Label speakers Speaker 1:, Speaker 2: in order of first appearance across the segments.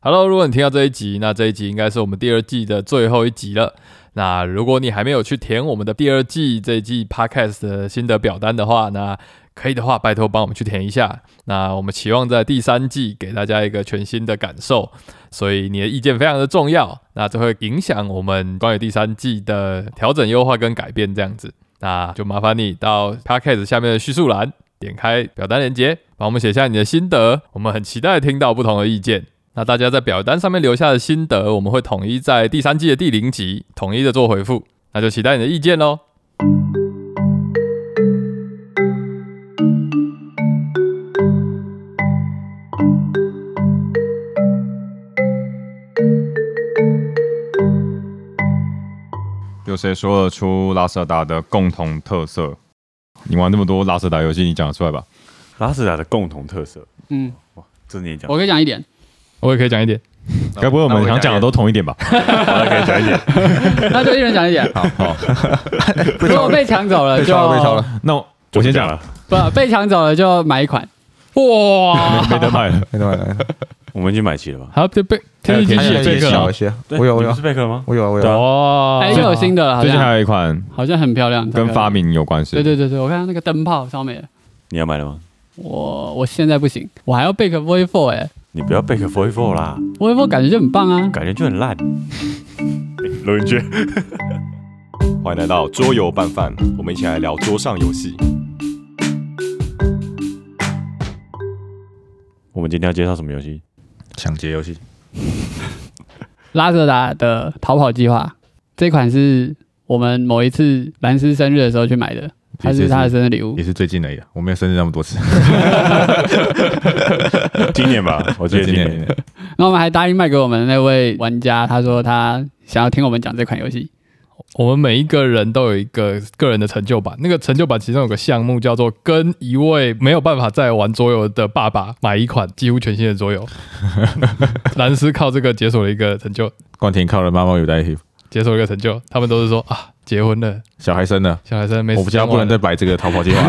Speaker 1: Hello，如果你听到这一集，那这一集应该是我们第二季的最后一集了。那如果你还没有去填我们的第二季这一季 Podcast 的心得表单的话，那可以的话，拜托帮我们去填一下。那我们期望在第三季给大家一个全新的感受，所以你的意见非常的重要。那这会影响我们关于第三季的调整、优化跟改变这样子。那就麻烦你到 Podcast 下面的叙述栏点开表单链接，帮我们写下你的心得，我们很期待听到不同的意见。那大家在表单上面留下的心得，我们会统一在第三季的第零集统一的做回复，那就期待你的意见喽。
Speaker 2: 有谁说得出拉舍达的共同特色？你玩那么多拉舍达游戏，你讲得出来吧？
Speaker 3: 拉斯达的共同特色，
Speaker 4: 嗯，
Speaker 3: 这你也讲，
Speaker 4: 我跟你讲一 点，
Speaker 1: 我也可以讲一点，
Speaker 2: 该不会我们想讲的都同一点 吧？
Speaker 3: 大家可以讲一点。
Speaker 4: 那就一人讲一点。
Speaker 2: 好好，
Speaker 4: 如果被抢走了就
Speaker 2: 了。那我
Speaker 3: 就
Speaker 2: 我先
Speaker 3: 这样
Speaker 2: 讲了，
Speaker 3: 了，
Speaker 4: 不被抢走了就买一款。
Speaker 1: 哇，
Speaker 2: 没得卖了。
Speaker 5: 没懂没懂，
Speaker 3: 我们已经买齐了吧？
Speaker 1: 好，这被天气机器也
Speaker 5: 也
Speaker 1: 这
Speaker 5: 小
Speaker 1: 个
Speaker 5: 一些，
Speaker 3: 对
Speaker 5: 我有我
Speaker 3: 你不
Speaker 5: 有
Speaker 3: 是贝克吗？
Speaker 5: 我有我
Speaker 3: 对
Speaker 5: 有
Speaker 3: 啊，
Speaker 1: 哇，
Speaker 4: 哎，又有新的了，好
Speaker 2: 最近还
Speaker 4: 像
Speaker 2: 有一款
Speaker 4: 好像很漂亮，
Speaker 2: 跟
Speaker 4: 很漂
Speaker 2: 发
Speaker 4: 亮。
Speaker 2: 明有关系，
Speaker 4: 对对对对，我看到那个灯泡上面，
Speaker 3: 你要买了吗？
Speaker 4: 我我现在不行，我还要备个 V Four 哎
Speaker 3: 你不要贝克 Four Four 啦，
Speaker 4: ，V Four 感觉就很棒啊。
Speaker 3: 感觉就很烂。罗云娟，
Speaker 6: 欢迎来到桌游拌饭，我们一起来聊桌上游戏。
Speaker 3: 我们今天要介绍什么游戏？
Speaker 2: 抢劫游戏。
Speaker 4: 拉泽达的逃跑计划这款是我们某一次兰斯生日的时候去买的，它是他的生日礼物
Speaker 2: 也。是最近而已啊啦，我没有生日那么多次。
Speaker 3: 今年吧，
Speaker 6: 哦
Speaker 3: 我记得今年。
Speaker 4: 然后我们还答应卖给我们那位玩家，他说他想要听我们讲这款游戏。
Speaker 1: 我们每一个人都有一个个人的成就版，那个成就版其中有个项目叫做跟一位没有办法再玩桌游的爸爸买一款几乎全新的桌 游。蓝斯靠这个解锁了一个成就，
Speaker 2: 冠廷靠了妈妈有代替，
Speaker 1: 解锁了一个成就。他们都是说啊，结婚了，
Speaker 2: 小孩生了，
Speaker 1: 小孩生没
Speaker 2: 我
Speaker 1: 时
Speaker 2: 们
Speaker 1: 间
Speaker 2: 家
Speaker 1: 玩了，
Speaker 2: 不能再摆这个逃跑计划 了，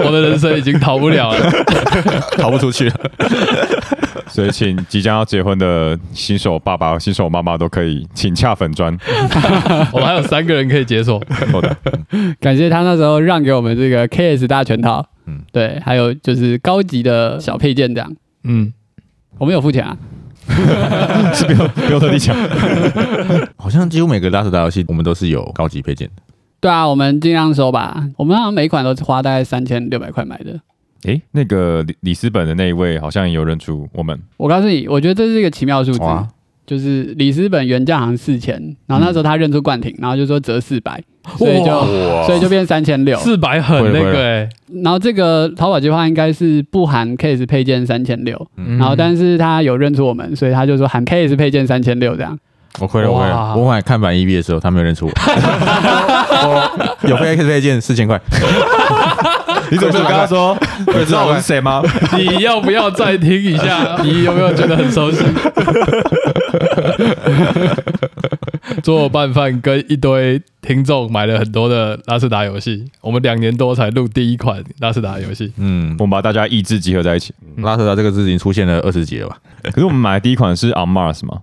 Speaker 1: 我的人生已经逃不了了。
Speaker 2: 逃不出 去了。所以，请即将要结婚的新手爸爸、新手妈妈都可以请洽粉砖。
Speaker 1: 我们还有三个人可以解锁，
Speaker 2: 好的，
Speaker 4: 感谢他那时候让给我们这个 KS 大全套，
Speaker 2: 嗯
Speaker 4: 嗯，对，还有就是高级的小配件这样，
Speaker 1: 嗯，
Speaker 4: 我们有付钱啊，
Speaker 2: 是不用不用特地讲。
Speaker 5: 好像几乎每个拉手达游戏我们都是有高级配件的，
Speaker 4: 对啊，我们尽量收吧，我们好像每一款都是花大概三千六百块买的。
Speaker 2: 诶，那个里里斯本的那一位好像有认出我们，
Speaker 4: 我告诉你，我觉得这是一个奇妙的数字
Speaker 5: 哇，
Speaker 4: 就是里斯本原价好像四千，然后那时候他认出冠廷，然后就说折四百，所以就所以就变三千六。
Speaker 1: 四百很那个哎、
Speaker 4: 然后这个淘宝计划应该是不含 case 配件三千六，
Speaker 1: 嗯
Speaker 4: 然后但是他有认出我们，所以他就说含 case 配件三千六这样。
Speaker 5: 我亏了我亏
Speaker 1: 哇
Speaker 5: 了。我买看板 EB 的时候，他没有认出我，我有配 X 配件四千块，
Speaker 2: 你怎么没有跟他说？你知道我是谁吗？
Speaker 1: 欸你要不要再听一下？你有没有觉得很熟悉？ 做拌饭跟一堆听众买了很多的拉斯达游戏，我们两年多才录第一款拉斯达游戏。
Speaker 5: 嗯，
Speaker 2: 我们把大家意志集合在一起。
Speaker 5: 拉手达这个字已经出现了二十集了吧？
Speaker 2: 可是我们买的第一款是 On Mars 嘛？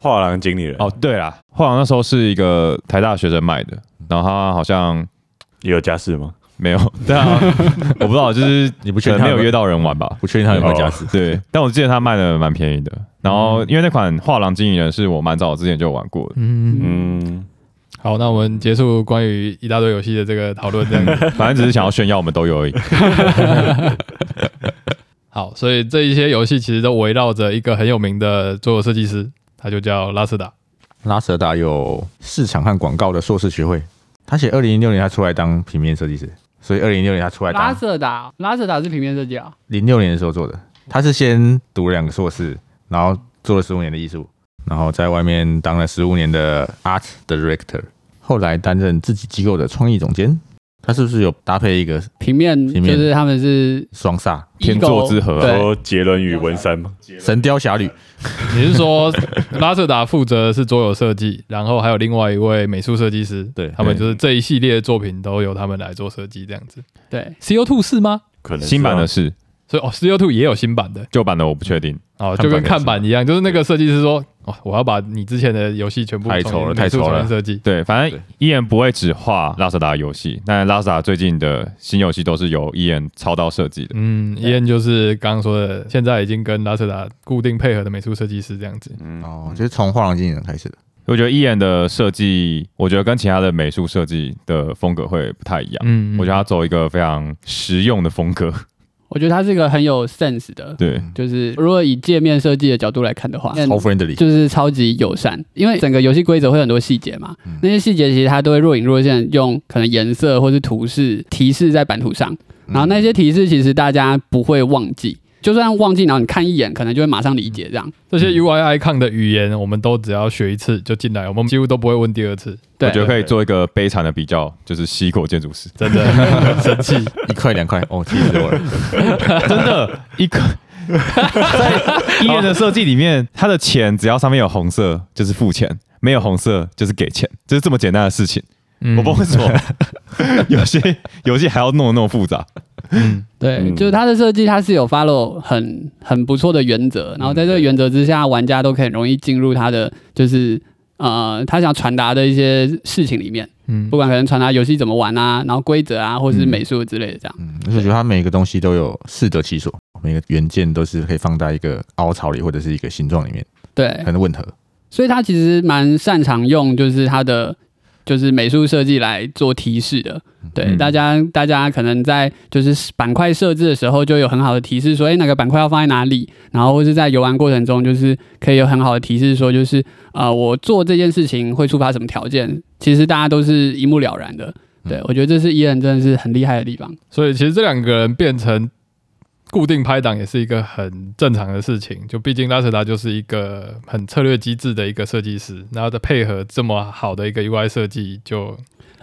Speaker 3: 画廊经理人
Speaker 2: 哦，对啦，画廊那时候是一个台大学生买的，
Speaker 5: 嗯
Speaker 2: 然后他好像
Speaker 3: 也有家室吗？
Speaker 2: 没有，对啊，我不知道，就是
Speaker 5: 你不
Speaker 2: 可
Speaker 5: 确定
Speaker 2: 能
Speaker 5: 他
Speaker 2: 没有
Speaker 5: 们
Speaker 2: 约到人玩吧。哦
Speaker 5: 不确定他有没嗯有加值，
Speaker 2: 对，但我记得他卖的蛮便宜的。然后因为那款画廊经营人是我蛮早之前就玩过的，
Speaker 1: 嗯，
Speaker 3: 嗯，
Speaker 1: 好，那我们结束关于一大堆游戏的这个讨论，这样子。
Speaker 2: 反正只是想要炫耀我们都有 而已。
Speaker 5: 啊
Speaker 1: 好，所以这一些游戏其实都围绕着一个很有名的桌游设计师，他就叫拉斯达。
Speaker 5: 拉舍达有市场和广告的硕士学位，他写二零一六年他出来当平面设计师，所以二零一六年他出来
Speaker 4: 拉
Speaker 5: 当
Speaker 4: 瑟达，拉瑟达是平面设计啊。
Speaker 5: 零六年的时候做的，他是先读了两个硕士，然后做了十五年的艺术，然后在外面当了十五年的 art director，后来担任自己机构的创意总监。他是不是有搭配一个
Speaker 4: 平面
Speaker 5: 平
Speaker 4: 就
Speaker 5: 面
Speaker 4: 是他们是
Speaker 5: 双煞《
Speaker 2: 天作之合
Speaker 4: Eagle，对，
Speaker 3: 说嗯杰伦与文山吗？
Speaker 5: 神雕侠侣》？
Speaker 1: 你是说拉瑟达负责是桌游设计，然后还有另外一位美术设计师，
Speaker 5: 对
Speaker 1: 他们就是这一系列作品都由他们来做设计，这样子。
Speaker 4: 对
Speaker 1: CO Two 是吗？
Speaker 3: 可能是啊
Speaker 2: 新版的是，
Speaker 1: 所以哦，CO Two 也有新版的，
Speaker 2: 旧版的我不确定。
Speaker 1: 哦，
Speaker 5: 看
Speaker 1: 就跟
Speaker 5: 板
Speaker 1: 看板一样，就是那个设计师说，哦，我要把你之前的游戏全部
Speaker 5: 太
Speaker 1: 重
Speaker 5: 丑
Speaker 1: 新
Speaker 5: 了太
Speaker 1: 美术
Speaker 5: 丑
Speaker 1: 重新
Speaker 5: 了
Speaker 1: 设计。
Speaker 2: 对，反正 EM 不会只画拉萨达游戏，但拉萨达最近的新游戏都是由 EM 操刀设计的。
Speaker 1: 嗯，燕就是刚刚说的，现在已经跟拉扯达固定配合的美术设计师这样子。
Speaker 5: 哦，就是从画廊经纪人开始的。
Speaker 2: 我觉得 EM 的设计，我觉得跟其他的美术设计的风格会不太一样。
Speaker 1: 嗯，
Speaker 2: 我觉
Speaker 1: 得
Speaker 2: 得他走一个非常实用的风格，
Speaker 4: 我觉得它是一个很有 sense 的，
Speaker 2: 对，
Speaker 4: 就是如果以界面设计的角度来看的话，
Speaker 5: 超 friendly，
Speaker 4: 就是超级友善，因为整个游戏规则会有很多细节嘛，
Speaker 2: 嗯
Speaker 4: 那些细节其实它都会若隐若现，用可能颜色或是图示提示在版图上，
Speaker 2: 嗯
Speaker 4: 然后那些提示其实大家不会忘记，就算忘记，然后你看一眼，可能就会马上理解这样。
Speaker 1: 这些 UI icon 的语言，我们都只要学一次就进来，我们几乎都不会问第二次，
Speaker 4: 对
Speaker 2: 我觉得可以做一个悲惨的比较，就是西口建筑师，
Speaker 1: 真的 很生气。
Speaker 5: 一块两块，哦，气死我了！
Speaker 2: 真的一个在 EM 的设计里面，它的钱只要上面有红色就是付钱，没有红色就是给钱，就是这么简单的事情。
Speaker 1: 嗯
Speaker 2: 我不知道为什 么有些游戏还要弄得那么复杂。
Speaker 4: 对，
Speaker 3: 嗯
Speaker 4: 就是它的设计，它是有 follow 很很不错的原则，然后在这个原则之下，玩家都可以很容易进入它的就是呃，他想传达的一些事情里面，
Speaker 1: 嗯
Speaker 4: 不管可能传达游戏怎么玩啊，然后规则啊，或是美术之类的这样。
Speaker 5: 嗯，而且我觉得它每个东西都有适得其所，每个元件都是可以放在一个凹槽里或者是一个形状里面，
Speaker 4: 对，
Speaker 5: 很吻合。
Speaker 4: 所以他其实蛮擅长用就是他的就是美术设计来做提示的。对，
Speaker 2: 嗯
Speaker 4: 大家大家可能在就是板块设置的时候，就有很好的提示说，哎、哪个板块要放在哪里，然后或是在游玩过程中，就是可以有很好的提示说，就是呃，我做这件事情会触发什么条件，其实大家都是一目了然的。对，我觉得这是伊人真的是很厉害的地方。
Speaker 1: 所以其实这两个人变成固定拍档也是一个很正常的事情，就毕竟拉扯达就是一个很策略机制的一个设计师，然后再配合这么好的一个 UI 设计，就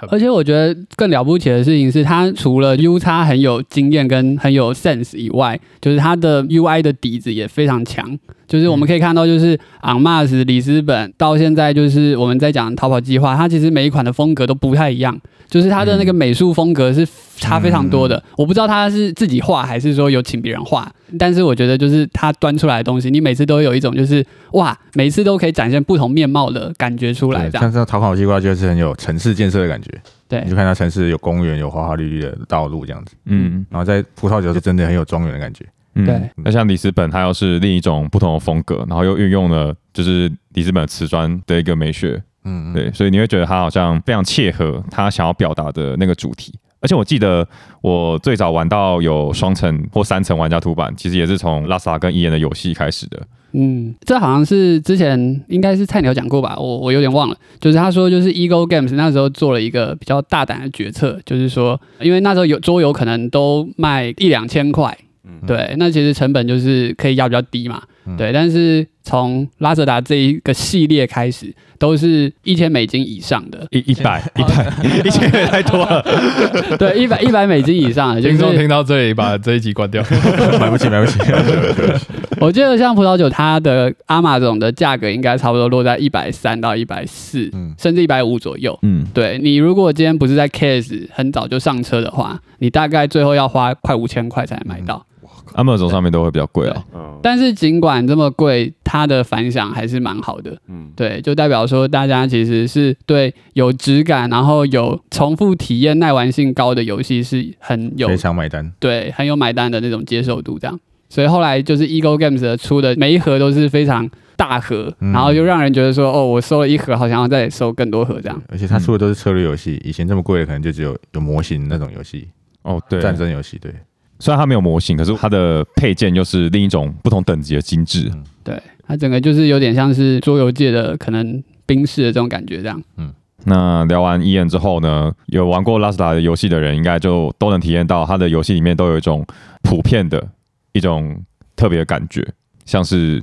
Speaker 4: 而且我觉得更了不起的事情是，他除了 U 叉很有经验跟很有 sense 以外，就是他的 UI 的底子也非常强。就是我们可以看到，就是 On Mars、里斯本到现在，就是我们在讲逃跑计划，它其实每一款的风格都不太一样，就是它的那个美术风格是差非常多的。我不知道他是自己画还是说有请别人画，但是我觉得就是他端出来的东西，你每次都有一种就是哇，每次都可以展现不同面貌的感觉出来，
Speaker 5: 对，
Speaker 4: 这
Speaker 5: 像
Speaker 4: 样
Speaker 5: 这样逃跑计划就是很有城市建设的感觉，
Speaker 4: 对
Speaker 5: 你就看到城市有公园、有花花绿绿的道路这样子，
Speaker 2: 嗯，
Speaker 5: 然后在葡萄酒就真的很有庄园的感觉。
Speaker 2: 嗯
Speaker 4: 对。
Speaker 2: 那像里斯本，它又是另一种不同的风格，然后又运用了就是里斯本瓷砖的一个美学，
Speaker 5: 嗯，
Speaker 2: 对，所以你会觉得它好像非常切合他想要表达的那个主题。而且我记得我最早玩到有双层或三层玩家图版，其实也是从拉萨跟伊恩的游戏开始的。，
Speaker 4: 嗯，这好像是之前应该是菜鸟讲过吧，我我有点忘了。就是他说，就是 Ego Games 那时候做了一个比较大胆的决策，就是说，因为那时候有桌游可能都卖一两千块，对，那其实成本就是可以压比较低嘛，对。但是从拉泽达这一个系列开始，都是一千美金以上的
Speaker 2: 一一百一百一千也太多了，
Speaker 4: 对，一百一百美金以上的，就
Speaker 1: 听众
Speaker 4: 是
Speaker 1: 听到这里把这一集关 掉。
Speaker 5: 买不起，买不起。
Speaker 4: 我记得像葡萄酒，它的阿玛总的价格应该差不多落在一百三到一百四，
Speaker 5: 嗯
Speaker 4: 甚至一百五左右。
Speaker 2: 嗯，
Speaker 4: 对你如果今天不是在 Case 很早就上车的话，你大概最后要花快五千块才能买到。
Speaker 2: Amazon 上面都会比较贵啊。
Speaker 3: 嗯
Speaker 4: 但是尽管这么贵，它的反响还是蛮好的。
Speaker 3: 嗯，
Speaker 4: 对，就代表说大家其实是对有质感，然后有重复体验、耐玩性高的游戏是很有
Speaker 5: 非常买单，
Speaker 4: 对很有买单的那种接受度这样。所以后来就是 Ego Games 的出的每一盒都是非常大盒，
Speaker 5: 嗯
Speaker 4: 然后就让人觉得说哦，我收了一盒，好想要再收更多盒这样。
Speaker 5: 而且他出的都是策略游戏，以前这么贵的可能就只有有模型那种游戏，
Speaker 2: 哦，对，
Speaker 5: 战争游戏，对，
Speaker 2: 虽然它没有模型，可是它的配件又是另一种不同等级的精致。
Speaker 4: 对，它整个就是有点像是桌游界的可能冰室的这种感觉，这样。
Speaker 2: 那聊完 E N 之后呢，有玩过拉斯达的游戏的人，应该就都能体验到它的游戏里面都有一种普遍的一种特别的感觉，像是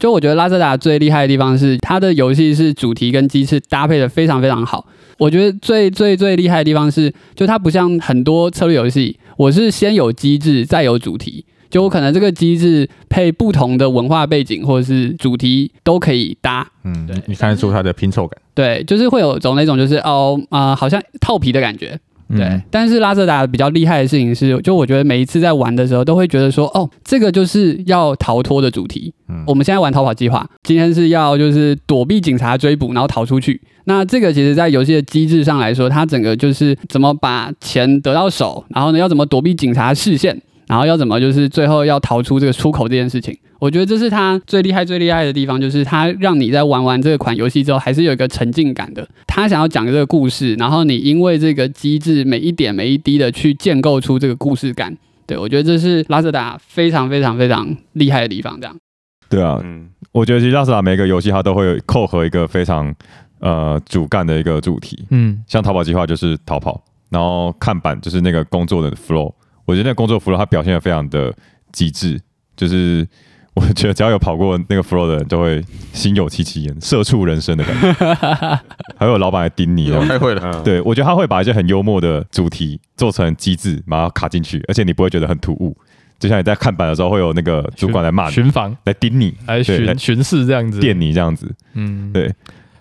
Speaker 4: 就我觉得拉塞达最厉害的地方是，它的游戏是主题跟机制搭配的非常非常好。我觉得最最最厉害的地方是，就它不像很多策略游戏，我是先有机制再有主题。就我可能这个机制配不同的文化背景或者是主题都可以搭，
Speaker 5: 嗯
Speaker 4: 对，
Speaker 5: 你看得出它的拼凑感，
Speaker 4: 对，就是会有种那种就是哦啊、呃好像套皮的感觉，
Speaker 5: 嗯
Speaker 4: 对，但是拉泽达比较厉害的事情是，就我觉得每一次在玩的时候，都会觉得说，哦，这个就是要逃脱的主题。
Speaker 5: 嗯
Speaker 4: 我们现在玩逃跑计划，今天是要就是躲避警察追捕，然后逃出去。那这个其实，在游戏的机制上来说，它整个就是怎么把钱得到手，然后呢，要怎么躲避警察视线，然后要怎么就是最后要逃出这个出口这件事情。我觉得这是它最厉害、最厉害的地方，就是它让你在玩完这款游戏之后，还是有一个沉浸感的。他想要讲这个故事，然后你因为这个机制每一点每一滴的去建构出这个故事感。对，我觉得这是拉泽达非常非常非常厉害的地方。这样，
Speaker 2: 对啊，
Speaker 6: 嗯，
Speaker 2: 我觉得其实拉斯达每一个游戏它都会有扣合一个非常呃主干的一个主题，
Speaker 1: 嗯，
Speaker 2: 像逃跑计划就是逃跑，然后看板就是那个工作的 flow，我觉得那个工作 flow 它表现的非常的极致，就是我觉得只要有跑过那个 flow 的人，都会心有戚戚焉，社畜人生的感觉，还有老板来盯你这样
Speaker 5: 我。开会了，
Speaker 3: 嗯，
Speaker 2: 对，我觉得他会把一些很幽默的主题做成机制，把它卡进去，而且你不会觉得很突兀。就像你在看板的时候，会有那个主管来骂你、
Speaker 1: 巡房
Speaker 2: 来盯你、
Speaker 1: 来
Speaker 2: 对来
Speaker 1: 巡巡视这样子。
Speaker 2: 电你这样子。
Speaker 1: 嗯，
Speaker 2: 对。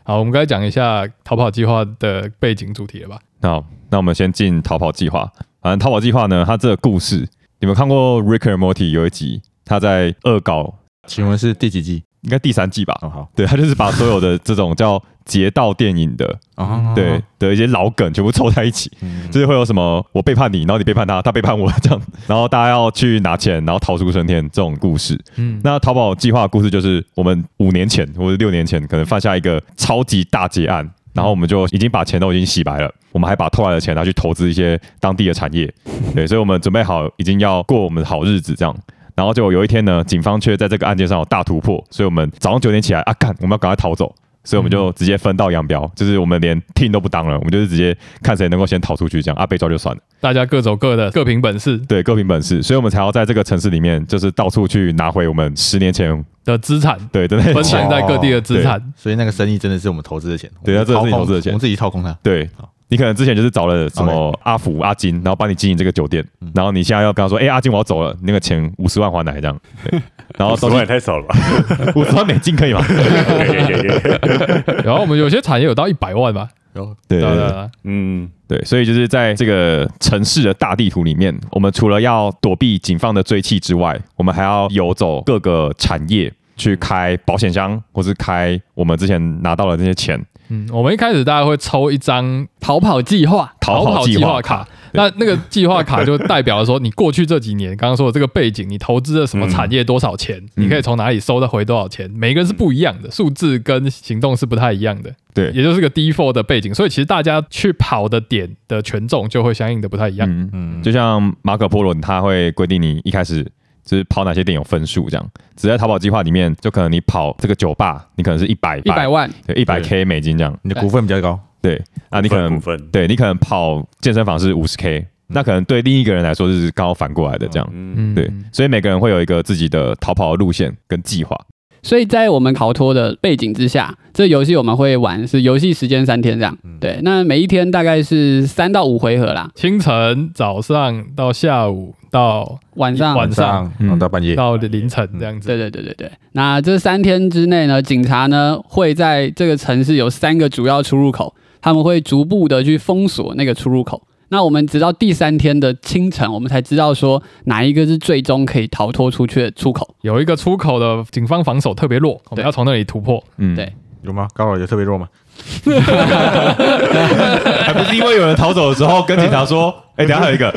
Speaker 1: 好，我们该讲一下逃跑计划的背景主题了吧？
Speaker 2: 那好那我们先进逃跑计划。反正逃跑计划呢，它这个故事，你们看过《Rick and Morty》有一集，他在恶搞，
Speaker 5: 请问是第几季？
Speaker 2: 应该第三季吧？
Speaker 5: 哦好，
Speaker 2: 对，他就是把所有的这种叫劫道电影的，
Speaker 5: 哦
Speaker 2: 对，的一些老梗全部凑在一起，
Speaker 5: 嗯
Speaker 2: 就是会有什么我背叛你，然后你背叛他，他背叛我 这样，然后大家要去拿钱，然后逃出升天这种故事。
Speaker 1: 嗯，
Speaker 2: 那淘宝计划的故事就是我们五年前或者六年前可能犯下一个超级大劫案，然后我们就已经把钱都已经洗白了，我们还把偷来的钱拿去投资一些当地的产业，对，所以我们准备好已经要过我们的好日子这样。然后就有一天呢，警方却在这个案件上有大突破，所以我们早上九点起来啊，干，我们要赶快逃走，所以我们就直接分道扬镳，就是我们连 team 都不当了，我们就是直接看谁能够先逃出去，这样啊被抓就算了。
Speaker 1: 大家各走各的，各凭本事
Speaker 2: 对，各凭本事，所以我们才要在这个城市里面，就是到处去拿回我们十年前
Speaker 1: 的资产
Speaker 2: 对的那些
Speaker 1: 分
Speaker 2: 钱
Speaker 1: 散。在各地的资产。
Speaker 5: 所以那个生意真的是我们投资的钱，
Speaker 2: 对啊
Speaker 5: 我们掏空
Speaker 2: 这是你投资的钱
Speaker 5: 我们自己掏空它。
Speaker 2: 对
Speaker 5: 好，
Speaker 2: 你可能之前就是找了什么阿福、阿金，然后帮你经营这个酒店，然后你现在要跟他说，哎、阿金我要走了，那个钱五十万还来这样，对然后
Speaker 3: 十
Speaker 2: 到
Speaker 3: 万也太少了 吧？
Speaker 2: 五十万美金可以吗？
Speaker 1: 然后我们有些产业有到一百万吧？
Speaker 2: 对
Speaker 1: 对
Speaker 2: 对
Speaker 1: 对
Speaker 2: 对。
Speaker 1: 对，
Speaker 3: 嗯，
Speaker 2: 对，所以就是在这个城市的大地图里面，我们除了要躲避警方的追击之外，我们还要游走各个产业去开保险箱，或是开我们之前拿到的那些钱。
Speaker 1: 嗯，我们一开始大家会抽一张
Speaker 4: 逃跑计划，
Speaker 2: 逃跑
Speaker 1: 计
Speaker 2: 计
Speaker 1: 划
Speaker 2: 划
Speaker 1: 卡
Speaker 2: 卡。
Speaker 1: 那那个计划卡就代表了说，你过去这几年刚刚说的这个背景，你投资了什么产业多少钱，你可以从哪里收得回多少钱，每个人是不一样的，数字跟行动是不太一样的，
Speaker 2: 对，
Speaker 1: 也就是个 default 的背景，所以其实大家去跑的点的权重就会相应的不太一样。
Speaker 2: 嗯
Speaker 5: 嗯，
Speaker 2: 就像马可波罗，他会规定你一开始就是跑哪些店有分数这样。只在淘宝计划里面，就可能你跑这个酒吧，你可能是一百
Speaker 4: 一百万，
Speaker 2: 对一百 K 美金这样
Speaker 5: 你的股份比较高，
Speaker 2: 啊，你可能
Speaker 3: 股份，
Speaker 2: 对你可能跑健身房是五十 K，那可能对另一个人来说是刚好反过来的这样。
Speaker 3: 嗯，
Speaker 1: 嗯，
Speaker 2: 对，所以每个人会有一个自己的逃跑的路线跟计划。
Speaker 4: 所以在我们逃脱的背景之下，这游戏我们会玩是游戏时间三天这样，对，那每一天大概是三到五回合啦，
Speaker 1: 清晨、早上到下午到
Speaker 4: 晚上
Speaker 1: 晚上
Speaker 5: 上哦然后到半夜，
Speaker 1: 到凌晨这样子。
Speaker 4: 对对对对对，那这三天之内呢，警察呢会在这个城市有三个主要出入口，他们会逐步的去封锁那个出入口。那我们直到第三天的清晨，我们才知道说哪一个是最终可以逃脱出去的出口。
Speaker 1: 有一个出口的警方防守特别弱，我们
Speaker 4: 对
Speaker 1: 要从那里突破。
Speaker 2: 嗯
Speaker 4: 对
Speaker 5: 有吗？高老有特别弱吗？
Speaker 2: 还不是因为有人逃走的时候跟警察 说，哎，等一下还有一个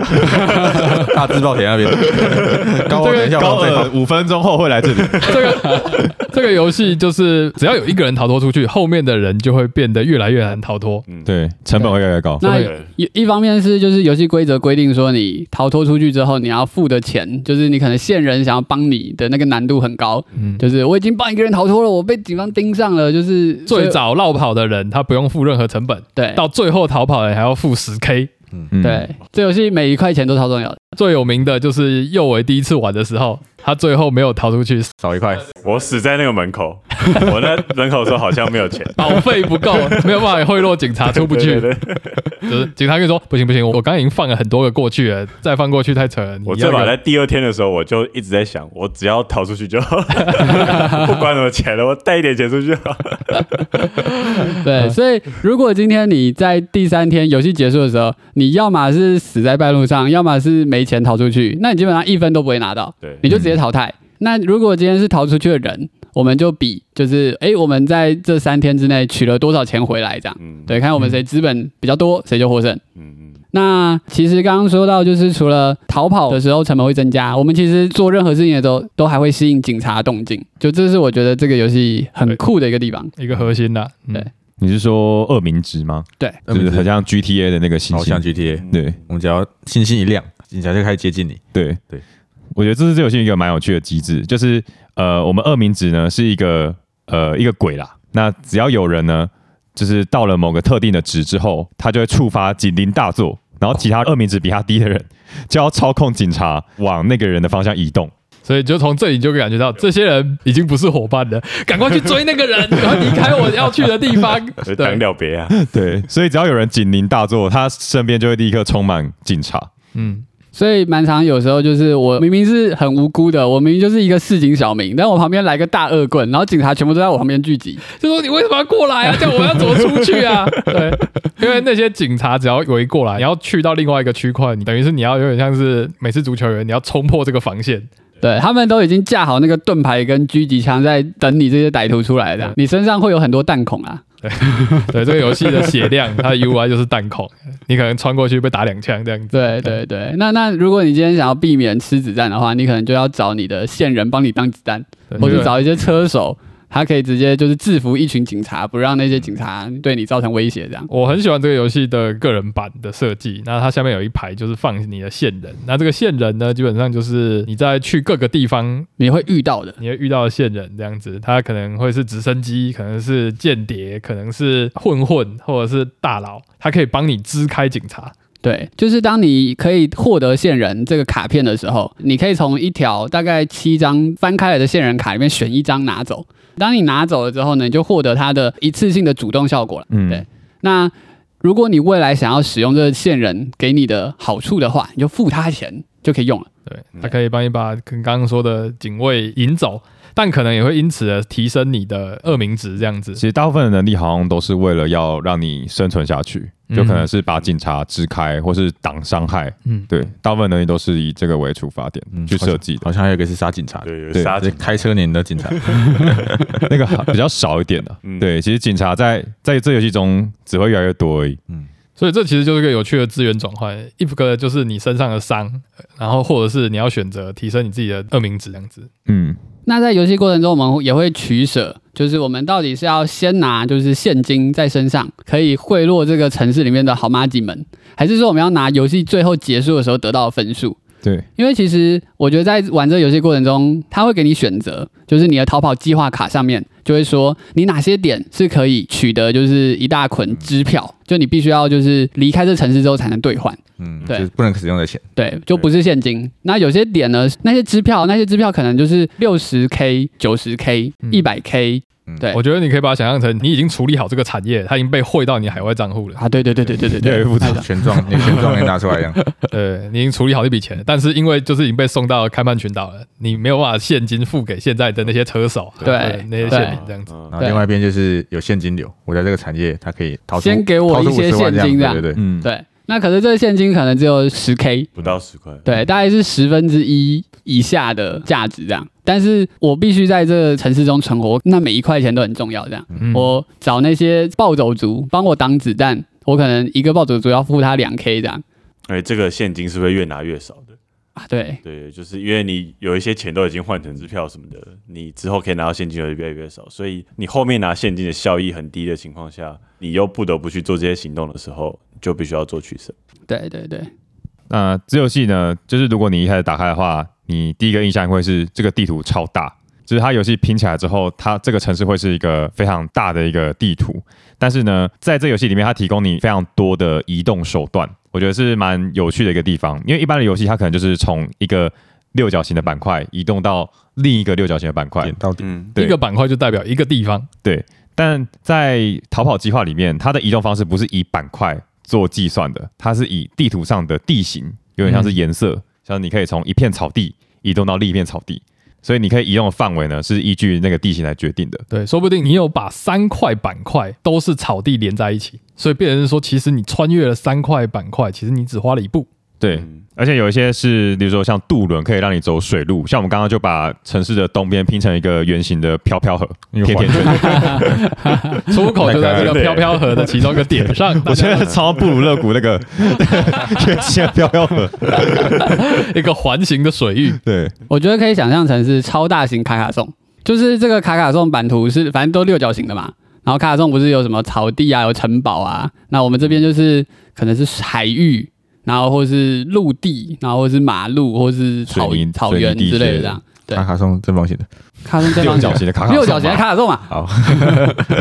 Speaker 5: 大字报田那边，高二等一下
Speaker 2: 高
Speaker 5: 我再
Speaker 2: 二五分钟后会来这里。
Speaker 1: 这个这个游戏就是只要有一个人逃脱出去，后面的人就会变得越来越难逃脱。
Speaker 2: 对，成本会越来越高。
Speaker 4: 那
Speaker 1: 对
Speaker 4: 一一方面是就是游戏规则规定说，你逃脱出去之后，你要付的钱，就是你可能线人想要帮你的那个难度很高，
Speaker 1: 嗯，
Speaker 4: 就是我已经帮一个人逃脱了，我被警方盯上了，就是
Speaker 1: 最早绕跑的人他不用付任何成本，
Speaker 3: 哎
Speaker 4: 对
Speaker 1: 到最后逃跑的人还要付十 K。
Speaker 2: 嗯，
Speaker 4: 对，这游戏每一块钱都超重要的。
Speaker 1: 最有名的就是右维第一次玩的时候，他最后没有逃出去，
Speaker 5: 少一块，
Speaker 3: 我死在那个门口， 我那门口说好像没有钱，
Speaker 1: 保费不 够，没有办法贿赂警察，出不去。
Speaker 3: 对对对
Speaker 1: 就是警察跟你说不行不行，我刚刚已经放了很多个过去了，再放过去太扯了。你
Speaker 3: 我
Speaker 1: 要
Speaker 3: 这把
Speaker 1: 有
Speaker 3: 在第二天的时候，我就一直在想，我只要逃出去就好，不管怎么钱了，我带一点钱出去好了。
Speaker 4: 对，所以如果今天你在第三天游戏结束的时候，你要么是死在半路上，要么是没钱逃出去，那你基本上一分都不会拿到，
Speaker 3: 对
Speaker 4: 你就直接淘汰。那如果今天是逃出去的人，我们就比就是，哎、我们在这三天之内取了多少钱回来，这样，
Speaker 3: 嗯，
Speaker 4: 对，看我们谁资本比较多，谁就获胜。
Speaker 3: 嗯嗯，
Speaker 4: 那其实刚刚说到，就是除了逃跑的时候成本会增加，我们其实做任何事情的时候都还会吸引警察动静，就这是我觉得这个游戏很酷的一个地方。
Speaker 1: 一个核心啦。嗯
Speaker 4: 对
Speaker 2: 你是说恶名值吗？
Speaker 4: 对，
Speaker 2: 就是很嗯像 GTA 的那个星
Speaker 5: 好像
Speaker 2: 星。
Speaker 5: GTA，
Speaker 2: 对
Speaker 5: 我们只要星星一亮，警察就开始接近你。
Speaker 2: 对
Speaker 5: 对，
Speaker 2: 我觉得这是这游戏一个蛮有趣的机制，就是呃，我们恶名值呢是一个呃一个鬼啦，那只要有人呢，就是到了某个特定的值之后，他就会触发警铃大作，然后其他恶名值比他低的人 就要操控警察往那个人的方向移动。
Speaker 1: 所以就从这里就感觉到，这些人已经不是伙伴了，赶快去追那个 人，赶快离开我要去的地方。
Speaker 3: 就
Speaker 1: 对
Speaker 3: 当了别啊，
Speaker 2: 对，所以只要有人警铃大作，他身边就会立刻充满警察。
Speaker 1: 嗯，
Speaker 4: 所以蛮常有时候就是我明明是很无辜的，我明明就是一个市井小民，但我旁边来个大恶棍，然后警察全部都在我旁边聚集。
Speaker 1: 就说你为什么要过来 啊？叫我要怎么出去 啊？对，因为那些警察只要围过来，你要去到另外一个区块，你等于是你要有点像是美式足球员，你要冲破这个防线。
Speaker 4: 对他们都已经架好那个盾牌跟狙击枪，在等你这些歹徒出来的，你身上会有很多弹孔啊。
Speaker 1: 对，这个游戏的血 量，它的 UI 就是弹孔，你可能穿过去被打两枪这样子。
Speaker 4: 对对对，那那如果你今天想要避免吃子弹的话，你可能就要找你的线人帮你当子弹，
Speaker 1: 对
Speaker 4: 或
Speaker 1: 这
Speaker 4: 者
Speaker 1: 个
Speaker 4: 找一些车手，他可以直接就是制服一群警察，不让那些警察对你造成威胁这样。
Speaker 1: 我很喜欢这个游戏的个人版的设计。那它下面有一排就是放你的线人，那这个线人呢，基本上就是你在去各个地方
Speaker 4: 你会遇到的，
Speaker 1: 你会遇到的线人这样子，他可能会是直升机，可能是间谍，可能是混混或者是大佬，他可以帮你支开警察。
Speaker 4: 对，就是当你可以获得线人这个卡片的时候，你可以从一条大概七张翻开来的线人卡里面选一张拿走。当你拿走了之后呢，你就获得它的一次性的主动效果了。
Speaker 2: 嗯，
Speaker 4: 对那如果你未来想要使用这个线人给你的好处的话，你就付他钱就可以用了。
Speaker 1: 对，他可以帮你把跟刚刚说的警卫引走，但可能也会因此而提升你的恶名值这样子
Speaker 2: 其。实大部分的能力好像都是为了要让你生存下去，
Speaker 1: 嗯
Speaker 2: 就可能是把警察支开，或是挡伤害。
Speaker 1: 嗯，
Speaker 2: 对，大部分能力都是以这个为出发点
Speaker 5: 嗯
Speaker 2: 去设计的，
Speaker 5: 好像还有一个是杀警察的，
Speaker 3: 对，有
Speaker 2: 对
Speaker 3: 杀
Speaker 5: 是
Speaker 3: 警，
Speaker 5: 开车碾的警察。
Speaker 2: 那个好比较少一点的。
Speaker 3: 嗯
Speaker 2: 对，其实警察在在这游戏中只会越来越多而已。
Speaker 1: 所以这其实就是个有趣的资源转换，一个就是你身上的伤，然后或者是你要选择提升你自己的恶名值这样子。
Speaker 2: 嗯，
Speaker 4: 那在游戏过程中，我们也会取舍，就是我们到底是要先拿就是现金在身上，可以贿赂这个城市里面的好妈吉们，还是说我们要拿游戏最后结束的时候得到的分数？
Speaker 2: 对，
Speaker 4: 因为其实我觉得在玩这个游戏过程中，它会给你选择，就是你的逃跑计划卡上面就会说你哪些点是可以取得，就是一大捆支票，就你必须要就是离开这城市之后才能兑换。
Speaker 5: 嗯，
Speaker 4: 对
Speaker 5: 就是 不能使用的钱。
Speaker 4: 对，就不是现金。那有些点呢，那些支票，那些支票可能就是六十 K、九十 K、
Speaker 1: 嗯
Speaker 4: 一百 K，
Speaker 5: 嗯
Speaker 4: 对
Speaker 1: 我觉得你可以把它想象成你已经处理好这个产业，它已经被汇到你海外账户了。
Speaker 4: 啊，对对对对对对
Speaker 2: 越来越
Speaker 4: 对，
Speaker 2: 复杂。
Speaker 5: 权 状，你权状也拿出来 一样。
Speaker 1: 对，呃你已经处理好这笔钱，但是因为就是已经被送到开曼群岛了，你没有办法现金付给现在的那些车手，啊
Speaker 4: 对
Speaker 1: 那些
Speaker 4: 对
Speaker 1: 县民
Speaker 3: 啊
Speaker 1: 这样子。
Speaker 3: 嗯
Speaker 5: 然后另外一边就是有现金流，我在这个产业，它可以逃出
Speaker 4: 先给我
Speaker 5: 逃出
Speaker 4: 一些
Speaker 5: 50万
Speaker 4: 现金这样
Speaker 5: 对对对，
Speaker 2: 嗯，
Speaker 4: 对。那可是这个现金可能只有十 K，
Speaker 3: 不到十块，
Speaker 4: 对，大概是十分之一以下的价值这样。但是我必须在这个城市中存活，那每一块钱都很重要。这样，
Speaker 1: 嗯
Speaker 4: 我找那些暴走族帮我挡子弹，我可能一个暴走族要付他两 K 这样
Speaker 3: 而且这个现金是会越拿越少的。
Speaker 4: 啊。对，
Speaker 3: 对，就是因为你有一些钱都已经换成支票什么的，你之后可以拿到现金流就越来越少，所以你后面拿现金的效益很低的情况下，你又不得不去做这些行动的时候，就必须要做取舍。
Speaker 4: 对对对，
Speaker 2: 那这游戏呢，就是如果你一开始打开的话，你第一个印象会是这个地图超大，就是它游戏拼起来之后，它这个城市会是一个非常大的一个地图。但是呢，在这游戏里面，它提供你非常多的移动手段，我觉得是蛮有趣的一个地方。因为一般的游戏，它可能就是从一个六角形的板块移动到另一个六角形的板块
Speaker 5: 点，到底。
Speaker 3: 嗯，
Speaker 2: 对
Speaker 1: 一个板块就代表一个地方，
Speaker 2: 对，但在逃跑计划里面，它的移动方式不是以板块做计算的，它是以地
Speaker 5: 嗯
Speaker 2: 图上的地形，有点像是颜色，像你可以从一片草地移动到另一片草地。所以你可以移用的范围呢是依据那个地形来决定的。
Speaker 1: 对，说不定你有把三块板块都是草地连在一起，所以变成是说，其实你穿越了三块板块，其实你只花了一步。
Speaker 2: 对，
Speaker 3: 嗯
Speaker 2: 而且有一些是，比如说像渡轮可以让你走水路，像我们刚刚就把城市的东边拼成一个圆形的飘飘河、
Speaker 5: 因
Speaker 2: 甜
Speaker 5: 为环
Speaker 2: 甜圈。
Speaker 1: 出口就在这个飘飘河的其中一个点上，
Speaker 2: 我
Speaker 1: 大
Speaker 2: 觉
Speaker 1: 家
Speaker 2: 得超布鲁勒谷那个 圆形的飘飘河。
Speaker 1: 一个环形的水 域。
Speaker 2: 对，
Speaker 4: 我觉得可以想象成是超大型卡卡颂，就是这个卡卡颂版图是反正都六角形的嘛。然后卡卡颂不是有什么草地啊，有城堡啊，那我们这边就是可能是海域，然后或是陆地，然后或是马路，或是草
Speaker 2: 水泥
Speaker 4: 草原
Speaker 2: 水泥地
Speaker 4: 之类
Speaker 2: 之
Speaker 4: 的
Speaker 2: 类
Speaker 4: 这
Speaker 2: 的
Speaker 4: 样。对
Speaker 5: 卡卡颂正方形的，
Speaker 4: 卡卡颂正
Speaker 2: 六
Speaker 4: 方
Speaker 2: 角形的卡卡颂
Speaker 4: 啊
Speaker 2: 嘛
Speaker 4: 六角形的卡卡颂啊嘛，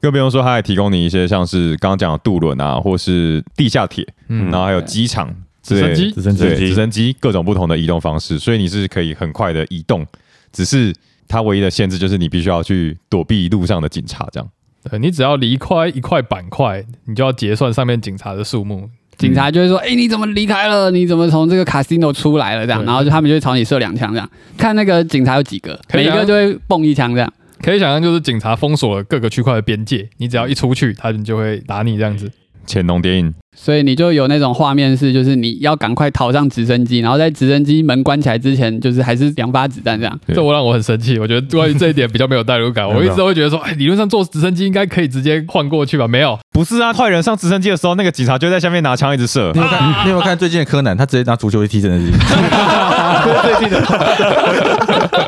Speaker 2: 更不用说它还提供你一些像是刚刚讲的渡轮啊，或是地下铁，
Speaker 1: 嗯
Speaker 2: 然后还有机场之类的、
Speaker 1: 直升机
Speaker 5: 直升机
Speaker 3: 直
Speaker 2: 对
Speaker 3: 升机
Speaker 2: 直升机各种不同的移动方式，所以你是可以很快的移动，只是它唯一的限制就是你必须要去躲避路上的警察这样。
Speaker 1: 对你只要离开一块板块，你就要结算上面警察的数目。
Speaker 4: 警察就会说：“
Speaker 2: 嗯
Speaker 4: 哎、你怎么离开了？你怎么从这个 casino 出来了？”这样，
Speaker 1: 对
Speaker 4: 然后就他们就会朝你射两枪，这样看那个警察有几个，
Speaker 1: 可
Speaker 4: 每
Speaker 1: 以
Speaker 4: 一
Speaker 1: 啊
Speaker 4: 个就会蹦一枪这样。
Speaker 1: 可以想象，就是警察封锁了各个区块的边界，你只要一出去，他们就会打你这样子。
Speaker 2: 乾隆电影
Speaker 4: 所以你就有那种画面是，就是你要赶快逃上直升机，然后在直升机门关起来之前，就是还是两发子弹这样。
Speaker 2: 对
Speaker 1: 这我让我很生气，我觉得关于这一点比较没有代入感。 我一直都会觉得说，哎，理论上坐直升机应该可以直接换过去吧？没有，
Speaker 2: 不是啊，坏人上直升机的时候，那个警察就在下面拿枪一直射
Speaker 5: 你。有没有看？你有没有看最近的柯南？他直接拿足球去踢直升 机，
Speaker 2: 最近的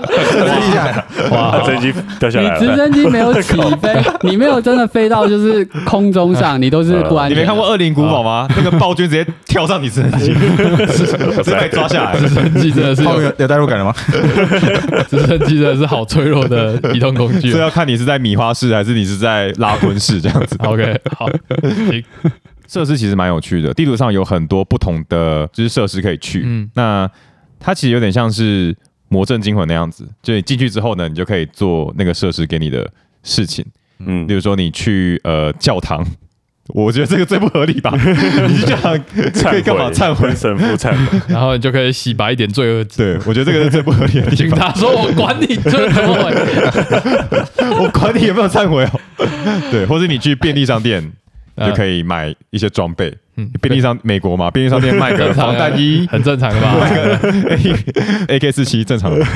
Speaker 5: 很厉害。
Speaker 3: 哇， 这一集掉下
Speaker 4: 你
Speaker 2: 啊
Speaker 3: 来
Speaker 4: 直
Speaker 3: 了。
Speaker 4: 升机没有起飞，你没有真的飞到就是空中上，你都是不安
Speaker 2: 你
Speaker 4: 全的。
Speaker 2: 没看过《恶灵古堡》吗？那个暴君直接跳上你直升机，直接被抓下来。
Speaker 1: 直升机真的是有
Speaker 2: 啊
Speaker 5: 后有有代入感了吗？
Speaker 1: 直升机真的是好脆弱 的移动工具
Speaker 2: 这。要看你是在米花市还是你是在拉昆市这样子。
Speaker 1: OK，好，行，
Speaker 2: 设施其实蛮有趣的，地图上有很多不同的就是设施可以去。
Speaker 1: 嗯
Speaker 2: 那它其实有点像是《魔怔惊魂》那样子，就你进去之后呢，你就可以做那个设施给你的事情，
Speaker 3: 嗯
Speaker 2: 例，如说你去呃教堂。我觉得这个最不合理吧？你去教堂
Speaker 3: 忏
Speaker 2: 可以
Speaker 3: 悔，
Speaker 2: 干嘛忏悔
Speaker 3: 跟？神父忏悔，
Speaker 1: 然后你就可以洗白一点罪恶值。
Speaker 2: 对，我觉得这个是最不合理的地
Speaker 1: 警
Speaker 2: 方。
Speaker 1: 察说：“我管你罪怎么悔。
Speaker 2: 我管你有没有忏 悔哦。对，或者你去便利商店，你
Speaker 1: 嗯
Speaker 2: 就可以买一些装备。
Speaker 1: 嗯
Speaker 2: 便利商美国嘛，便 利商店卖个
Speaker 1: 正常啊
Speaker 2: 防弹衣、
Speaker 1: 很正常的吧？
Speaker 2: A K 四七，AK-47 正常的。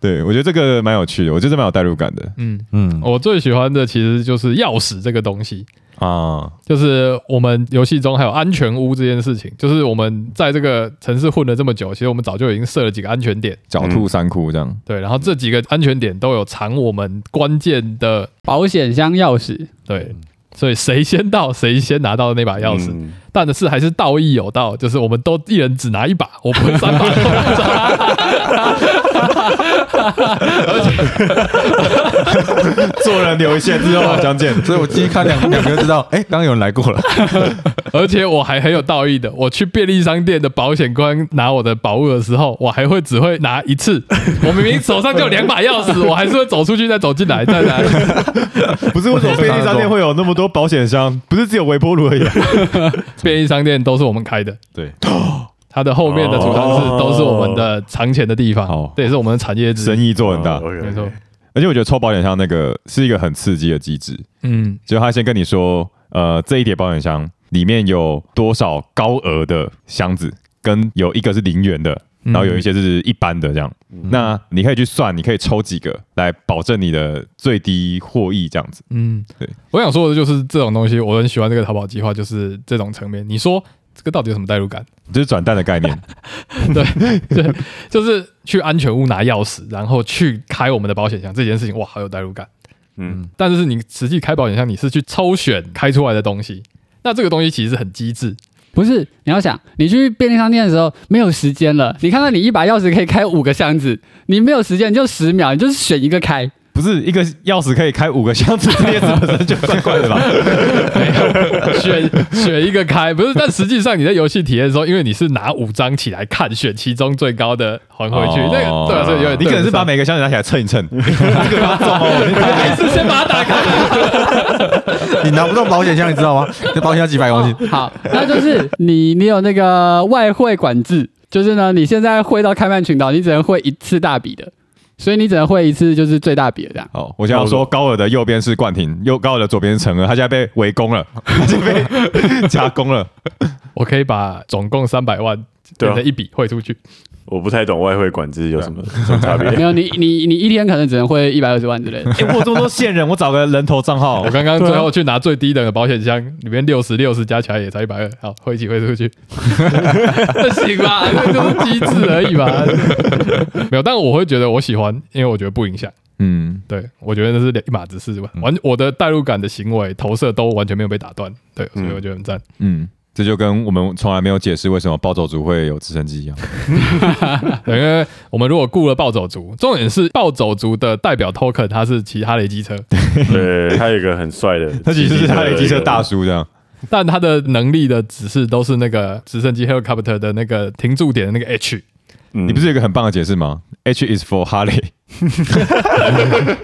Speaker 2: 对，我觉得这个蛮有趣的，我觉得这蛮有代入感的
Speaker 1: 嗯，
Speaker 5: 嗯，
Speaker 1: 我最喜欢的其实就是钥匙这个东西。
Speaker 2: 啊。
Speaker 1: 就是我们游戏中还有安全屋这件事情，就是我们在这个城市混了这么久，其实我们早就已经设了几个安全点，
Speaker 2: 狡兔
Speaker 5: 嗯
Speaker 2: 三窟这样，
Speaker 1: 对，然后这几个安全点都有藏我们关键的，
Speaker 4: 保险箱钥匙，
Speaker 1: 对，所以谁先到谁先拿到那把钥匙。
Speaker 3: 嗯
Speaker 1: 但是还是道义有道，就是我们都一人只拿一把，我不会三把都拿走。
Speaker 2: 做人留一线，日后好相见。
Speaker 5: 所以我今天看两 两个就知道，哎，刚刚有人来 过了。
Speaker 1: 而且我还很有道义的，我去便利商店的保险官拿我的宝物的时候，我还会只会拿一次。我明明手上就有两把钥匙，我还是会走出去再走进来，再拿。
Speaker 2: 不是为什 么便利商店会有那么多保险箱？不是只有微波炉而已啊。
Speaker 1: 便利商店都是我们开的，
Speaker 2: 对，
Speaker 1: 它的后面的储藏室都是我们的藏钱的地方，
Speaker 2: 哦
Speaker 1: 这也是我们的产业之
Speaker 2: 生
Speaker 1: 一。
Speaker 2: 意做很大
Speaker 3: 哦，，OK，OK
Speaker 1: 没错，
Speaker 2: 而且我觉得抽保险箱那个是一个很刺激的机制，
Speaker 1: 嗯，
Speaker 2: 就他先跟你说，呃，这一叠保险箱里面有多少高额的箱子，跟有一个是零元的，
Speaker 1: 嗯
Speaker 2: 然后有一些是一般的这样。那你可以去算，你可以抽几个来保证你的最低获益这样子。
Speaker 1: 嗯，
Speaker 2: 对，
Speaker 1: 我想说的就是这种东西，我很喜欢这个淘宝计划，就是这种层面。你说这个到底有什么代入感？
Speaker 2: 这是转蛋的概 念，
Speaker 1: 就是去安全屋拿钥匙，然后去开我们的保险箱这件事情，哇，好有代入感。
Speaker 3: 嗯，
Speaker 1: 但是你实际开保险箱，你是去抽选开出来的东西，那这个东西其实很机智，
Speaker 4: 不是你要想，你去便利商店的时候没有时间了，你看到你一把钥匙可以开五个箱子，你没有时间你就十秒，你就是选一个开。
Speaker 2: 不是一个钥匙可以开五个箱子，这件事本身就怪怪的吧？
Speaker 1: 没有 选选一个开，不是，但实际上你在游戏体验的时候，因为你是拿五张起来看，选其中最高的还 回去，那个对啊，所以有点
Speaker 2: 哦你可能是把
Speaker 1: 每
Speaker 2: 每个箱子拿起来称一称，这个要中哦。
Speaker 1: 还是先把它打开，
Speaker 5: 你拿不到保险箱，你知道吗？那保险箱几百公斤，
Speaker 4: 好，那就是你你有那个外汇管制，就是呢，你现在会到开曼群岛，你只能会一次大笔的，所以你只能会一次就是最大笔的这样。
Speaker 2: 好，我想说高尔的右边是冠廷，右高尔的左边是陈恩，他现在被围攻了，他现在被夹攻了。
Speaker 1: 我可以把总共三百万
Speaker 3: 对
Speaker 1: 变
Speaker 3: 啊
Speaker 1: 成一笔汇出去。
Speaker 3: 我不太懂外汇管制有什么什么差别。
Speaker 4: 没有你你你一天可能只能会一百二十万之类的。
Speaker 2: 哎、我这么多线人，我找个人头账号
Speaker 1: 我。刚刚最后去拿最低等的保险箱，里面六十六十加起来也才一百二，好，汇一起汇出去，这行吧？这就是机制而已嘛。没有，但我会觉得我喜欢，因为我觉得不影响。
Speaker 2: 嗯，
Speaker 1: 对，我觉得那是两一码子事吧。完，我的代入感的行为投射都完全没有被打断，对，所以我觉得很赞。
Speaker 2: 嗯， 这就跟我们从来没有解释为什么暴走族会有直升机一样。
Speaker 1: 对，因为我们如果雇了暴走族，重点是暴走族的代表 token 它是骑哈雷机车，
Speaker 3: 对，他有一个很帅 的，
Speaker 2: 他 其实是他的机车大叔这样。
Speaker 1: 但它的能力的指示都是那个直升机 helicopter 的那个停驻点的那个 H。
Speaker 3: 嗯，
Speaker 2: 你不是有一个很棒的解释吗？H is for 哈雷。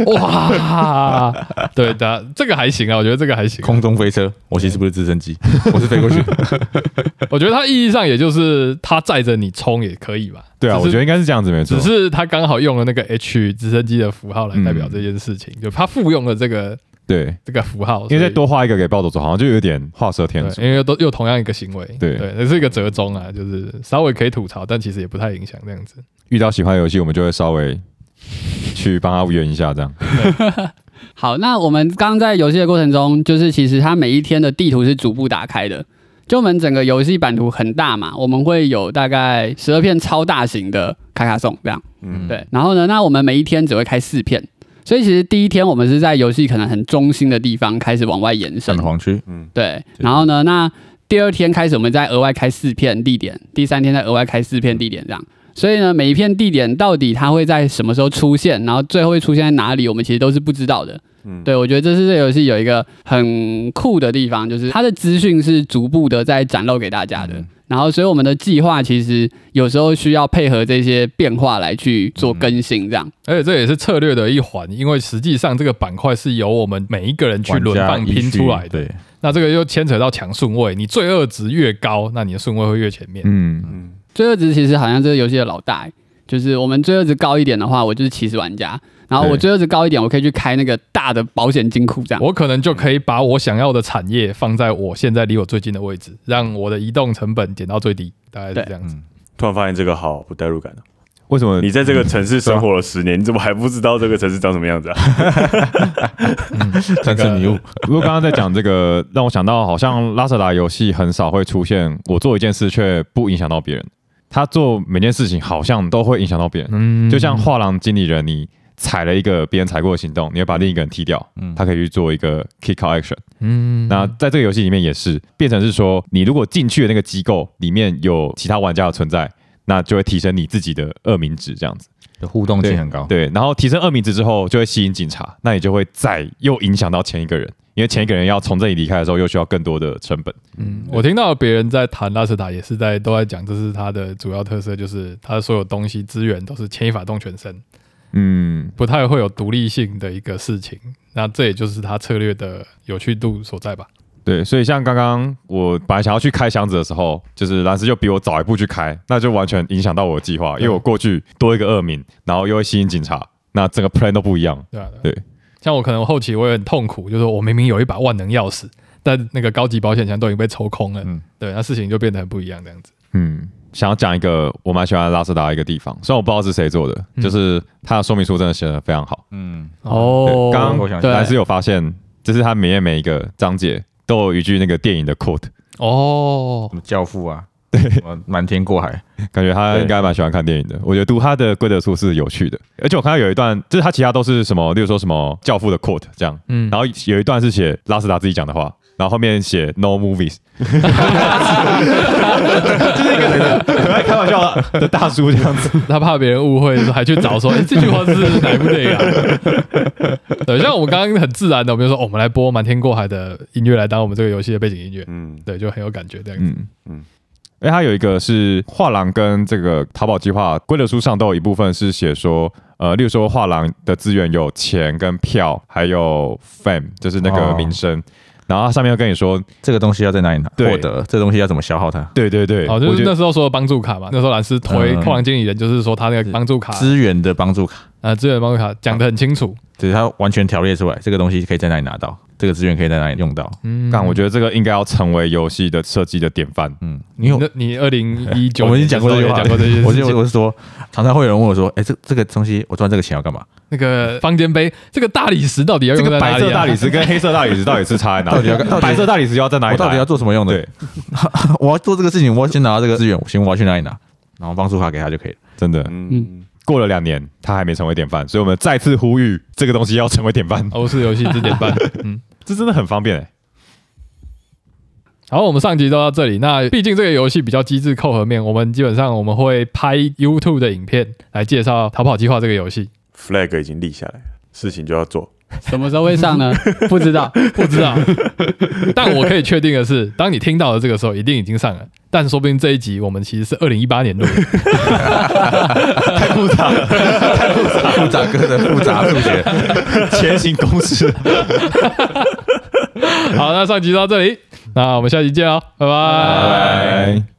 Speaker 1: 哇，对的，这个还行啊，我觉得这个还行。
Speaker 5: 空中飞
Speaker 2: 嗯
Speaker 5: 车，我其实不是直升机， 我是飞 过去。
Speaker 1: 我觉得它意义上也就是它载着你冲也可以吧。
Speaker 2: 对啊，
Speaker 1: 只
Speaker 2: 我
Speaker 1: 是
Speaker 2: 觉得应该是这样子没错。
Speaker 1: 只是它刚好用了那个 H 直升机的符号来代表这件事情，就它复用了这个
Speaker 2: 对，
Speaker 1: 这个符号，
Speaker 2: 因为再
Speaker 1: 在
Speaker 2: 多画一个给暴走族，好像就有点画蛇添足。
Speaker 1: 对，因为都又同样一个行为，
Speaker 2: 对
Speaker 1: 对，这是一个折中啊，就是稍微可以吐槽，但其实也不太影响这样子。
Speaker 2: 遇到喜欢的游戏，我们就会稍微去帮他圆一下这样。
Speaker 4: 好，那我们刚刚在游戏的过程中，就是其实它每一天的地图是逐步打开的。就我们整个游戏版图很大嘛，我们会有大概十二片超大型的卡卡颂这样。
Speaker 3: 嗯，
Speaker 4: 对，然后呢，那我们每一天只会开四片，所以其实第一天我们是在游戏可能很中心的地方开始往外延伸
Speaker 5: 蛋。黄区，
Speaker 3: 嗯
Speaker 4: 对，然后呢，那第二天开始我们再额外开四片地点，第三天再额外开四片地点这样。所以呢，每一片地点到底它会在什么时候出现，然后最后会出现在哪里，我们其实都是不知道的。
Speaker 3: 嗯
Speaker 4: 对，我觉得这是这游戏有一个很酷的地方，就是它的资讯是逐步的在展露给大家的。然后，所以我们的计划其实有时候需要配合这些变化来去做更新，这样。
Speaker 1: 而且这也是策略的一环，因为实际上这个板块是由我们每一个人去轮
Speaker 5: 玩
Speaker 1: 放
Speaker 5: 家依
Speaker 1: 拼
Speaker 5: 序
Speaker 1: 出
Speaker 2: 嗯
Speaker 1: 来的，
Speaker 5: 对，
Speaker 1: 那这个又牵扯到抢顺位，你罪恶值越高，那你的顺位会越前面。
Speaker 2: 嗯，
Speaker 3: 嗯，
Speaker 4: 罪恶值其实好像这个游戏的老大欸、就是我们罪恶值高一点的话，我就是骑士玩家。然后我
Speaker 2: 对
Speaker 4: 罪恶值高一点，我可以去开那个大的保险金库，这样。
Speaker 1: 我可能就可以把我想要的产业放在我现在离我最近的位置，让我的移动成本减到最低，大概是
Speaker 4: 对
Speaker 1: 这样子。
Speaker 3: 突然发现这个好不代入感啊
Speaker 2: 为什么
Speaker 3: 你在这个城市生活了十年，你怎么还不知道这个城市长什么样子啊？
Speaker 5: 三次 迷雾，
Speaker 2: 不过刚刚在讲这个，让我想到好像拉扯达游戏很少会出现我做一件事却不影响到别人，他做每件事情好像都会影响到别人，
Speaker 1: 嗯
Speaker 2: 就像画廊经理人，你踩了一个别人踩过的行动，你会把另一个人踢掉，
Speaker 5: 嗯
Speaker 2: 他可以去做一个 kick out action。
Speaker 1: 嗯
Speaker 2: 那在这个游戏里面也是变成是说，你如果进去的那个机构里面有其他玩家的存在，那就会提升你自己的恶名值这样子。
Speaker 5: 就互动性很
Speaker 1: 哦
Speaker 5: 高。
Speaker 2: 对，然后提升恶名值之后，就会吸引警察，那你就会再又影响到前一个人，因为前一个人要从这里离开的时候，又需要更多的成本。
Speaker 1: 嗯，我听到别人在谈拉斯塔，也是在都在讲，这是他的主要特色，就是他所有东西资源都是牵一发动全身，
Speaker 2: 嗯，
Speaker 1: 不太会有独立性的一个事情。那这也就是他策略的有趣度所在吧。
Speaker 2: 对，所以像刚刚我本来想要去开箱子的时候，就是兰斯就比我早一步去开，那就完全影响到我的计划，因为我过去多一个恶名，然后又会吸引警察，那整个 plan 都不一样。
Speaker 1: 对啊，啊
Speaker 2: 对。
Speaker 1: 像我可能后期我也很痛苦，就是我明明有一把万能钥匙，但那个高级保险箱都已经被抽空了，
Speaker 5: 嗯
Speaker 1: 对，那事情就变得很不一样这样子。
Speaker 2: 嗯，想要讲一个我蛮喜欢拉斯达的一个地方，虽然我不知道是谁做的，
Speaker 1: 嗯
Speaker 2: 就是它的说明书真的写的非常好。
Speaker 5: 嗯，
Speaker 1: 哦
Speaker 2: 对刚
Speaker 5: 我想
Speaker 4: 对
Speaker 2: 兰斯有发现，就是它里面每一个章节都有一句那个电影的 quote，
Speaker 1: 哦
Speaker 5: 什，么教父啊，对，瞒天过海，
Speaker 2: 感觉他应该蛮喜欢看电影的。我觉得读他的规则书是有趣的，而且我看到有一段，就是他其他都是什么，例如说什么教父的 quote 这样，
Speaker 1: 嗯，
Speaker 2: 然后有一段是写拉斯达自己讲的话，然后后面写 no movies，就是一个很爱开玩笑的大叔这样子。
Speaker 1: 他怕别人误会，还去找说，哎、这句话是哪一部电影啊？对，像我们刚刚很自然的，我们就说、哦我们来播《瞒天过海》的音乐来当我们这个游戏的背景音乐，
Speaker 3: 嗯，
Speaker 1: 对，就很有感觉这样子。
Speaker 2: 嗯嗯
Speaker 3: 嗯。
Speaker 2: 哎，它有一个是画廊跟这个淘宝计划规则书上都有一部分是写说，呃，例如说画廊的资源有钱跟票，还有 fame，就是那个
Speaker 5: 哦
Speaker 2: 名声。然后它上面会跟你说，
Speaker 5: 这个东西要在哪里拿
Speaker 2: 对啊
Speaker 5: 获得？这个东西要怎么消耗它？
Speaker 2: 对对对，
Speaker 1: 哦，
Speaker 2: 我
Speaker 1: 就是
Speaker 2: 觉
Speaker 1: 那
Speaker 2: 得
Speaker 1: 时候说的帮助卡嘛，那时候蓝斯推
Speaker 5: 嗯
Speaker 1: 矿廊经理人，就是说他那个帮助卡
Speaker 5: 资源的帮助卡，
Speaker 1: 啊，资源帮助卡讲得很清楚。
Speaker 5: 就是它完全条列出来，这个东西可以在哪里拿到，这个资源可以在哪里用到。
Speaker 1: 嗯，
Speaker 2: 干，我觉得这个应该要成为游戏的设计的典范。
Speaker 5: 嗯，
Speaker 1: 你
Speaker 5: 因为
Speaker 1: 你二零一九，
Speaker 5: 我们已经讲过这句话
Speaker 1: 讲过这些
Speaker 5: 我
Speaker 1: 事
Speaker 5: 就
Speaker 1: 情。
Speaker 5: 我是说，常常会有人问我说，哎，这这个东西我赚这个钱要干嘛？
Speaker 1: 那个方尖碑，这个大理石到底要
Speaker 2: 这
Speaker 1: 用在
Speaker 2: 个
Speaker 1: 哪
Speaker 2: 白
Speaker 1: 里
Speaker 2: 色
Speaker 1: 啊？
Speaker 2: 大理石跟黑色大理石 到底是差在哪
Speaker 5: 到底要
Speaker 2: 里？
Speaker 5: 到底
Speaker 2: 白色大理石要在哪
Speaker 5: 我
Speaker 2: 里
Speaker 5: 到底要
Speaker 2: 买？
Speaker 5: 做什么用的？
Speaker 2: 对，
Speaker 5: 我要做这个事情，我要先拿到这个资源，我先我要去哪里拿，然后帮助卡给他就可以了。
Speaker 2: 真的
Speaker 3: 嗯，
Speaker 2: 过了两年，它还没成为典范，所以我们再次呼吁这个东西要成为典范，
Speaker 1: 欧式游戏之典范。嗯，
Speaker 2: 这真的很方便哎。
Speaker 1: 好，我们上集都到这里。那毕竟这个游戏比较机制扣合面，我们基本上我们会拍 YouTube 的影片来介绍《逃跑计划》这个游戏。
Speaker 3: flag 已经立下来了，事情就要做。
Speaker 4: 什么时候会上呢？ 不知道，
Speaker 1: 不知道， 但我可以确定的是，当你听到的这个时候，一定已经上了。但说不定这一集我们其实是二零一八年录的，
Speaker 5: 复杂哥的复杂数学，
Speaker 2: 前行公式，
Speaker 1: 好，那上集就到这里，那我们下集见哦，拜拜
Speaker 2: 拜。